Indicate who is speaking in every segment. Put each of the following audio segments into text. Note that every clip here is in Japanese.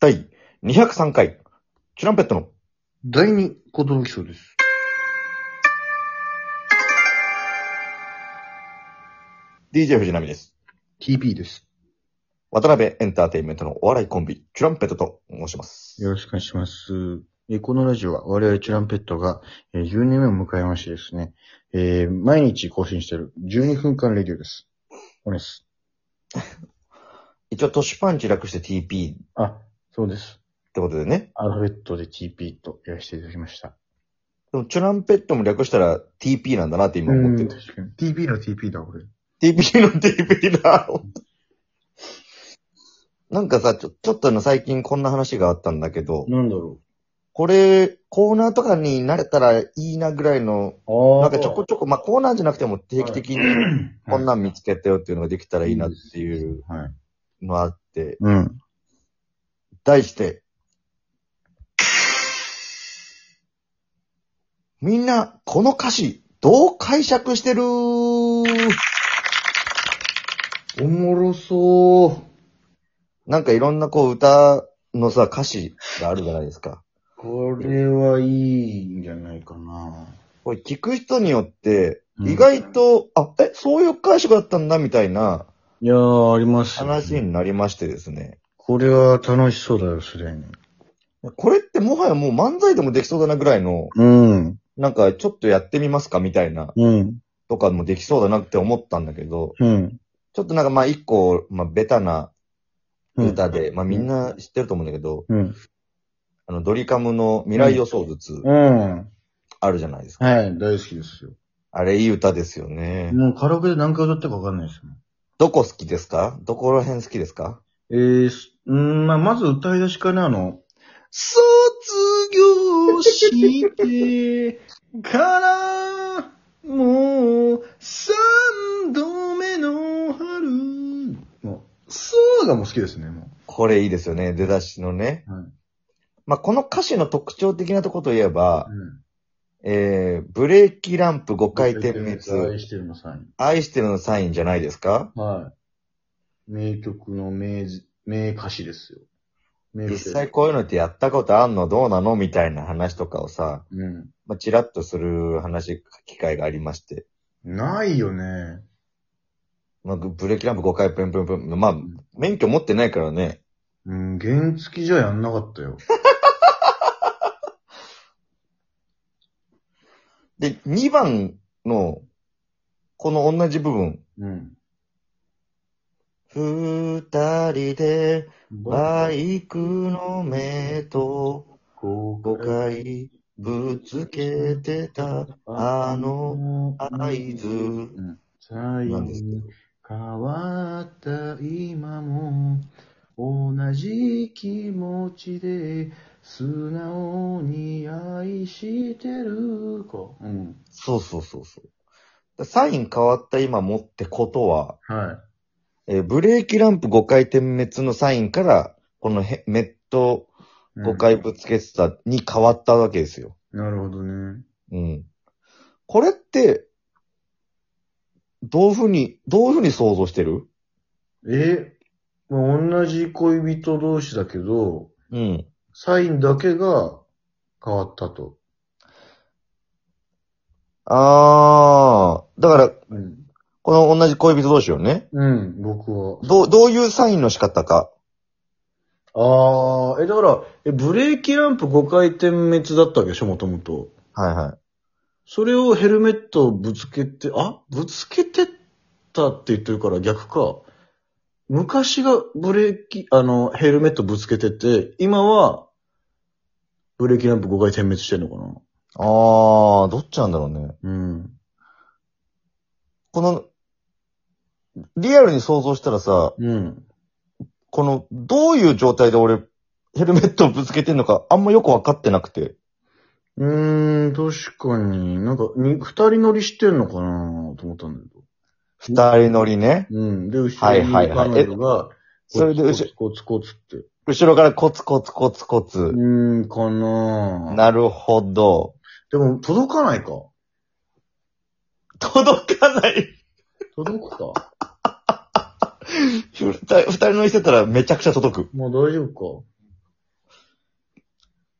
Speaker 1: 第203回、チュランペットの、
Speaker 2: 第二コトブキソです。
Speaker 1: DJ 藤波です。
Speaker 2: TP です。
Speaker 1: 渡辺エンターテインメントのお笑いコンビ、チュランペットと申します。
Speaker 2: よろしくお願いします。えーこのラジオは我々チュランペットがえー10年目を迎えましてですね、えー毎日更新している12分間レディオです。おです。
Speaker 1: 一応、トシパンチ略して TP っ
Speaker 2: あ、そうです。
Speaker 1: てことでね。
Speaker 2: アルファベットで TP とやらせていただきました。
Speaker 1: でも、チュランペットも略したら TP なんだなって今思ってる。
Speaker 2: 確かに。TP の TP だ、俺。
Speaker 1: TP の TP だ。 なんかさ、ちょ、ちょっとの最近こんな話があったんだけど、
Speaker 2: なんだろ
Speaker 1: これ、コーナーとかになれたらいいなぐらいの、
Speaker 2: う。
Speaker 1: なんかちょこちょこ、まあコーナーじゃなくても定期的にこんな
Speaker 2: な
Speaker 1: ん見つけたよっていうのができたらいいなっていう
Speaker 2: はい。
Speaker 1: のあって、
Speaker 2: うん。
Speaker 1: 題して、みんな、この歌詞、どう解釈してる
Speaker 2: おもろそう。
Speaker 1: なんかいろんなこう歌のさ、歌詞があるじゃないですか。
Speaker 2: これはいいんじゃないかな。
Speaker 1: これ聞く人によって、
Speaker 2: うん
Speaker 1: 意外と、あ、え、そういう解釈だったんだみたいない
Speaker 2: やー、ありますよね、
Speaker 1: 話になりましてですね。
Speaker 2: これは楽しそうだよ、すでに。
Speaker 1: これってもはやもう漫才でもできそうだなぐらいの、
Speaker 2: うん。
Speaker 1: なんかちょっとやってみますかみたいな
Speaker 2: うん。
Speaker 1: とかもできそうだなって思ったんだけど、
Speaker 2: うん。
Speaker 1: ちょっとなんかまあ一個、まあベタな
Speaker 2: うん
Speaker 1: 歌で、まあみんな知ってると思うんだけど、
Speaker 2: うん。
Speaker 1: あのドリカムの未来予想図
Speaker 2: うん。
Speaker 1: あるじゃないですか。
Speaker 2: はい、大好きですよ。
Speaker 1: あれいい歌ですよね。
Speaker 2: もうカラオケで何回歌ったかわかんないですもん。
Speaker 1: どこ好きですかどこら辺好きですか
Speaker 2: えー、すうん、まあ、まず歌い出しかな、あの、卒業してから、もう、三度目の春。もう、そうがもう好きですね、も
Speaker 1: これいいですよね。出だしのね。
Speaker 2: う。はい。
Speaker 1: まあこの歌詞の特徴的なとこといえば、
Speaker 2: うん。
Speaker 1: えー、ブレーキランプ5回転滅、
Speaker 2: 愛してるのさん。
Speaker 1: 愛してるのサインじゃないですか
Speaker 2: はい。名曲の名字、名歌詞ですよ。名
Speaker 1: 実
Speaker 2: 曲
Speaker 1: 際こういうのってやったことあんのどうなのみたいな話とかをさ、
Speaker 2: うん。
Speaker 1: まあ、チラッとする話、機会がありまして。
Speaker 2: ないよね。
Speaker 1: まあ、ブブレーキランプ5回プンプンプン。まあ、免許持ってないからね。
Speaker 2: うん、原付きじゃやんなかっ たよ。
Speaker 1: で、2番の、この同じ部分。
Speaker 2: うん。
Speaker 1: 二人で、バ
Speaker 2: イ
Speaker 1: イクの目と
Speaker 2: 公
Speaker 1: 5回ぶつけてたあの合図
Speaker 2: うん。サイ
Speaker 1: なんですけ
Speaker 2: ン
Speaker 1: ど。
Speaker 2: 変わった今も、同じ気持ちで、素直に愛してる子。うん。
Speaker 1: そうそうそうそう。だサイン変わった今もってことは、
Speaker 2: はい。
Speaker 1: えーブレーキランプ5回点滅のサインから、このヘメット5回ぶつけてたに変わったわけですよ。
Speaker 2: なるほどね。
Speaker 1: うん。これって、どういうふうに、どういうふうに想像してる
Speaker 2: え、まあ同じ恋人同士だけど、
Speaker 1: うん。
Speaker 2: サインだけが変わったと。
Speaker 1: あー、だから、
Speaker 2: うん。
Speaker 1: この同じ恋人同士よね。
Speaker 2: うん、僕は。
Speaker 1: どう、どういうサインの仕方か。
Speaker 2: あー、え、だから、え、ブレーキランプ5回転滅だったわけでしょ、もともと。
Speaker 1: はいはい。
Speaker 2: それをヘルメットをぶつけて、あぶつけてったって言ってるから逆か。昔がブレーキ、あの、ヘルメットぶつけてて、今は、ブレーキランプ5回点滅してんのか
Speaker 1: あー、どっちなんだろうね。
Speaker 2: なうん。
Speaker 1: この、リアルに想像したらさ、
Speaker 2: うん。
Speaker 1: この、どういう状態で俺、ヘルメットをぶつけてんのか、あんまよくわかってなくて。
Speaker 2: うーん、確かに。なんか、に、二人乗りしてんのかなと思ったんだけど。
Speaker 1: 二人乗りね。
Speaker 2: うん。で、後
Speaker 1: は
Speaker 2: ろ
Speaker 1: い
Speaker 2: に
Speaker 1: はい
Speaker 2: 彼
Speaker 1: はい
Speaker 2: 女が、
Speaker 1: それで、
Speaker 2: コ
Speaker 1: 後
Speaker 2: ツコツコツコツって。
Speaker 1: 後ろからコツコツコツコツ。
Speaker 2: うーん、かな
Speaker 1: なるほど。
Speaker 2: でも、届かないか。
Speaker 1: 届かない。
Speaker 2: 届くか。
Speaker 1: 二人二人乗りしてたらめちゃくちゃ届く。
Speaker 2: もう大丈夫か。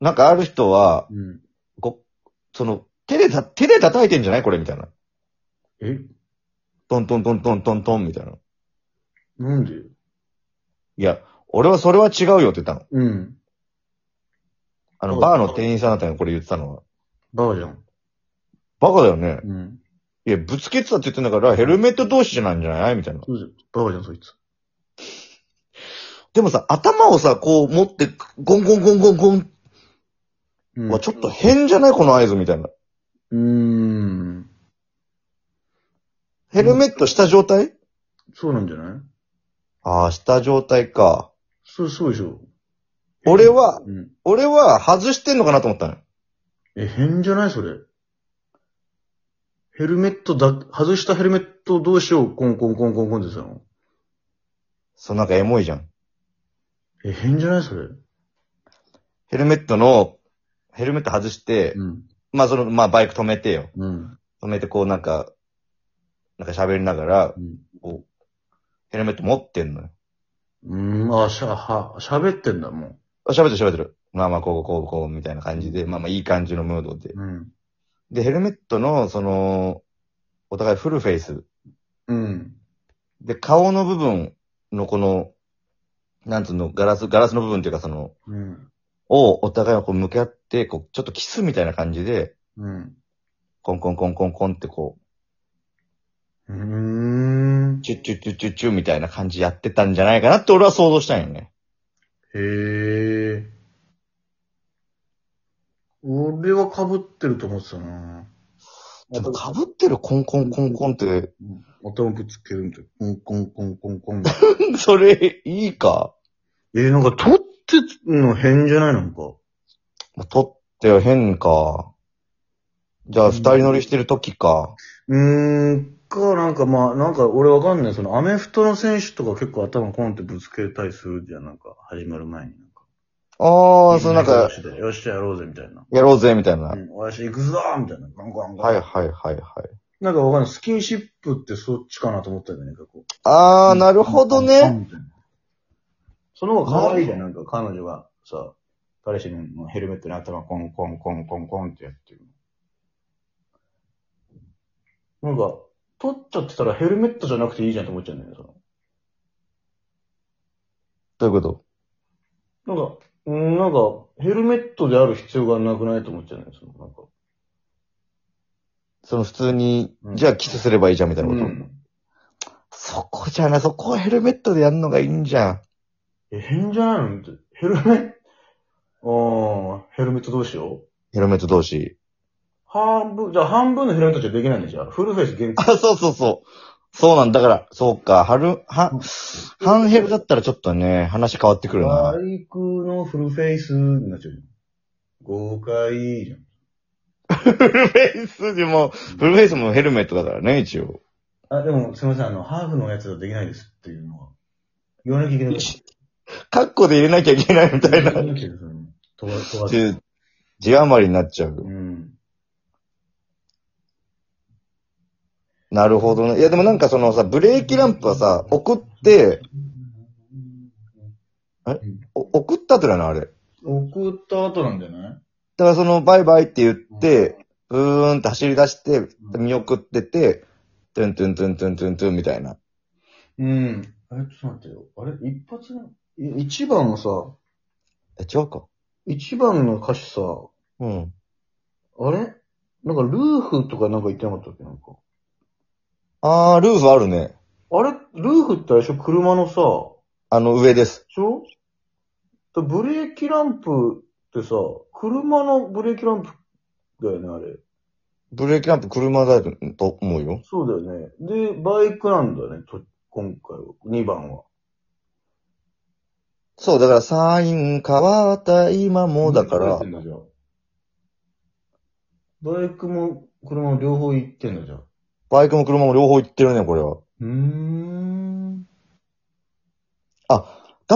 Speaker 1: なんかある人は、
Speaker 2: うん。
Speaker 1: こその、手でた、手で叩いてんじゃないこれみたいな。
Speaker 2: え
Speaker 1: トントントントントントンみたいな。い
Speaker 2: なんで
Speaker 1: や、俺はそれは違うよって言ったの。
Speaker 2: うん。
Speaker 1: あ
Speaker 2: う
Speaker 1: の、
Speaker 2: ん
Speaker 1: バーの店員さんだったのこれ言ってたのは。
Speaker 2: バカじゃん。
Speaker 1: バカだよね。
Speaker 2: うん。
Speaker 1: いや、ぶつけてたって言ってんだから、ヘルメット同士なんじゃないみたいな。
Speaker 2: そうじゃん。バカじゃん、そいつ。
Speaker 1: でもさ、頭をさ、こう持って、ゴンゴンゴンゴンゴン、
Speaker 2: う。
Speaker 1: うんわちょっと変じゃないこの合図みたいな。
Speaker 2: うーん。
Speaker 1: ヘルメットした状態、
Speaker 2: そうなんじゃない
Speaker 1: ああ、した状態か。
Speaker 2: そう、そうでしょ。
Speaker 1: 俺は、
Speaker 2: うん。
Speaker 1: 俺は外してんのかなと思ったのよ。
Speaker 2: え、変じゃないそれ。ヘルメットだ、外したヘルメット同士をコンコンコンコンコンって言ってたの
Speaker 1: そう、なんかエモいじゃん。
Speaker 2: え、変じゃないそれ。
Speaker 1: ヘルメットの、ヘルメット外して、
Speaker 2: うん。
Speaker 1: まあその、まあバイク止めてよ。
Speaker 2: うん。
Speaker 1: 止めてこうなんか、なんか喋りながら、
Speaker 2: うん
Speaker 1: こう、ヘルメット持ってんのよ。
Speaker 2: うん、あ、しゃ、は、喋ってんだ、も
Speaker 1: あ喋ってる喋ってる。まあまあこうこうこうみたいな感じで、まあまあいい感じのムードで。
Speaker 2: う。うん。
Speaker 1: で、ヘルメットの、その、お互いフルフェイス。
Speaker 2: うん。
Speaker 1: で、顔の部分のこの、なんつうの、ガラス、ガラスの部分っていうかその、
Speaker 2: うん。
Speaker 1: をお互いがこう向き合って、こう、ちょっとキスみたいな感じで、
Speaker 2: うん。
Speaker 1: コンコンコンコンコンってこ
Speaker 2: うーん
Speaker 1: う、。チュッチュッチュッチュッチュッみたいな感じやってたんじゃないかなって俺は想像したんよね。
Speaker 2: へえ。俺は被ってると思ってたな
Speaker 1: でも被ってるコンコンコンコンって、
Speaker 2: 頭ぶつけるんだよ。コンコンコンコンコン。
Speaker 1: それ、いいか
Speaker 2: えー、なんか取ってんの変じゃないなんか。
Speaker 1: まあ取っては変か。じゃあ、二人乗りしてる時か。
Speaker 2: うーん、か、なんかまあ、なんか俺わかんない。そのアメフトの選手とか結構頭コンってぶつけたりするじゃん。なんか始まる前に。なんか
Speaker 1: ああ、そのなん
Speaker 2: よ
Speaker 1: か、
Speaker 2: しよし、じゃあやろうぜ、みたいな。
Speaker 1: やろうぜ、みたいな
Speaker 2: う。ん、わし行くぞーみたいな。ガンガンガン。
Speaker 1: はいはいはいはい。
Speaker 2: なんかわかんない。スキンシップってそっちかなと思ったよね。なんかこう。
Speaker 1: ああ、なるほどね。。
Speaker 2: その方が可愛いじゃん、なんか彼女がさ、彼氏のヘルメットに頭コンコンコンコンコンってやってるの。なんか、取っちゃってたらヘルメットじゃなくていいじゃんと思っちゃうんだよね、そ
Speaker 1: どういうこと
Speaker 2: の。なんか、うん、なんか、ヘルメットである必要がなくないと思っちゃうんだよね、その、なんか。
Speaker 1: その普通に
Speaker 2: う、ん
Speaker 1: じゃあキスすればいいじゃんみたいなこと。
Speaker 2: うん
Speaker 1: そこじゃない、そこはヘルメットでやるのがいいんじゃん。
Speaker 2: え、変じゃないのって。ヘルメット、ああ、ヘルメットどうしよう
Speaker 1: ヘルメット同士。
Speaker 2: 半分、じゃあ半分のヘルメットじゃできないんでしょフルフェイス限定
Speaker 1: あ、そうそうそう。そうなんだから、そうか、はる、
Speaker 2: うん
Speaker 1: は、半ヘルだったらちょっとね、話変わってくるな。
Speaker 2: バイクのフルフェイスになっちゃうじゃん。豪快じゃん。
Speaker 1: フルフェイスでも、フルフェイスもヘルメットだからね、一応。
Speaker 2: あ、でも、すみません、あの、ハーフのやつはできないですっていうのは。言わなきゃいけない。
Speaker 1: カッコで入れなきゃいけないみたいな。
Speaker 2: 言わなきゃいけない。飛ば、飛ばす。
Speaker 1: 字字余りになっちゃ
Speaker 2: う
Speaker 1: う。
Speaker 2: ん。
Speaker 1: なるほどね。いやでもなんかそのさ、ブレーキランプはさ、送って、お送ったってのはな、あれ。だ
Speaker 2: 送った後なんじゃない
Speaker 1: からその、バイバイって言って、ブーンって走り出して、
Speaker 2: うん
Speaker 1: 見送ってて、トゥントゥントゥントゥントゥントゥンみたいな。
Speaker 2: うん。あれ、ちょっと待ってよ。あれ、一発なのい一番のさ、
Speaker 1: え、違うか。
Speaker 2: 一番の歌詞さ、
Speaker 1: うん。
Speaker 2: あれなんか、ルーフとかなんか言ってなかったっけなんか。
Speaker 1: あー、ルーフあるね。
Speaker 2: あれ、ルーフってあれでしょ車のさ、
Speaker 1: あの、上です。
Speaker 2: でしょだブレーキランプってさ、車のブレーキランプだよね、あれ。
Speaker 1: ブレーキランプ車だと思うよ。
Speaker 2: そうだよね。で、バイクなんだね、と今回は。2番は。
Speaker 1: そう、だからサイン変わった今もだから、
Speaker 2: バイクも車も両方行ってんだじゃん。
Speaker 1: バイクも車も両方行ってるね、これは。
Speaker 2: うーん。
Speaker 1: だ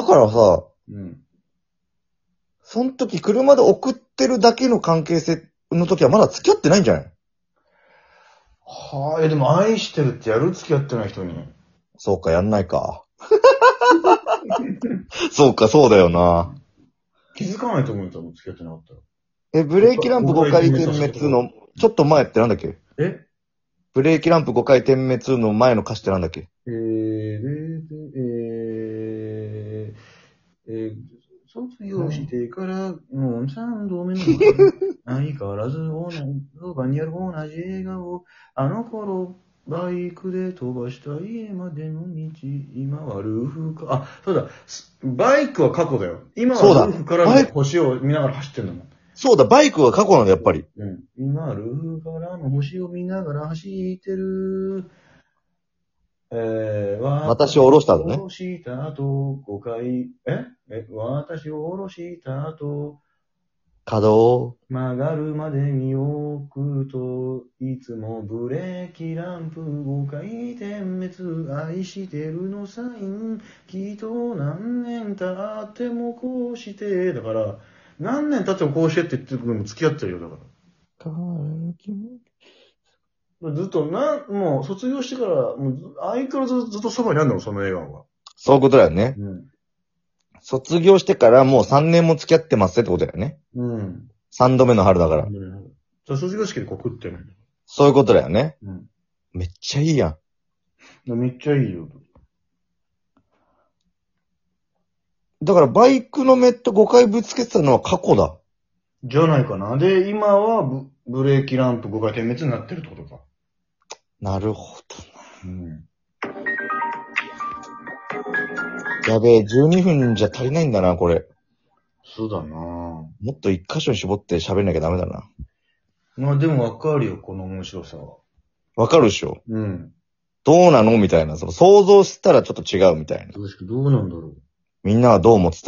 Speaker 1: からさ、
Speaker 2: うん。
Speaker 1: その時車で送ってるだけの関係性の時はまだ付き合ってないんじゃない
Speaker 2: はあ、え、でも愛してるってやる付き合ってない人に。
Speaker 1: そう か、やんないか。そうか、そうだよな。
Speaker 2: 気づかないと思うよ、多分付き合ってなかったら。
Speaker 1: え、ブレーキランプ5回点滅の、ちょっと前ってなんだっけ
Speaker 2: え
Speaker 1: ブレーキランプ5回点滅の前の歌詞ってなんだっけ
Speaker 2: えー、で、でえー、えー、卒業してから、もう三度目の、相変わらず同じ、そばにある同じ笑顔、あの頃、バイクで飛ばした家までの道、今はルーフか、あ、そうだ、すバイクは過去だよ。今
Speaker 1: そうだ
Speaker 2: はルーフから
Speaker 1: バイ
Speaker 2: の
Speaker 1: ク
Speaker 2: 星を見ながら走ってるんだもん。
Speaker 1: そうだ、バイクは過去なの、やっぱり。
Speaker 2: うん。今、ルーフからの星を見ながら走ってる。えー、
Speaker 1: 私を降ろした後ね
Speaker 2: 私を降ろした後、5回、ええ、私を降ろした後、
Speaker 1: 角
Speaker 2: 曲がるまで見送ると、いつもブレーキランプ5回点滅、愛してるのサイン、きっと何年経ってもこうして、だから、何年経ってもこうしてって言ってくるのも付き合ってるよ、だから。ずっと、なん、もう卒業してから、もうず、相変わらずずっとそばにあるの、その映画は。
Speaker 1: そういうことだよね。
Speaker 2: うん。
Speaker 1: 卒業してからもう3年も付き合ってますってことだよね。
Speaker 2: うん。
Speaker 1: 3度目の春だから。
Speaker 2: そう卒業式で告ってない。
Speaker 1: そういうことだよね。
Speaker 2: うん。
Speaker 1: めっちゃいいやん。
Speaker 2: めっちゃいいよ。
Speaker 1: だからバイクのメット5回ぶつけてたのは過去だ。
Speaker 2: じゃないかな。で、今はブブレーキランプ5回点滅になってるってことか。
Speaker 1: なるほど
Speaker 2: うん。
Speaker 1: な。やべえ、12分じゃ足りないんだな、これ。
Speaker 2: そうだな
Speaker 1: もっと一箇所に絞って喋んなきゃダメだな。
Speaker 2: まあでもわかるよ、この面白さは。
Speaker 1: わかるでしょ
Speaker 2: うん。
Speaker 1: どうなのみたいな。その想像したらちょっと違うみたいな。
Speaker 2: 確かどうなんだろう。
Speaker 1: みんなはどう思ってた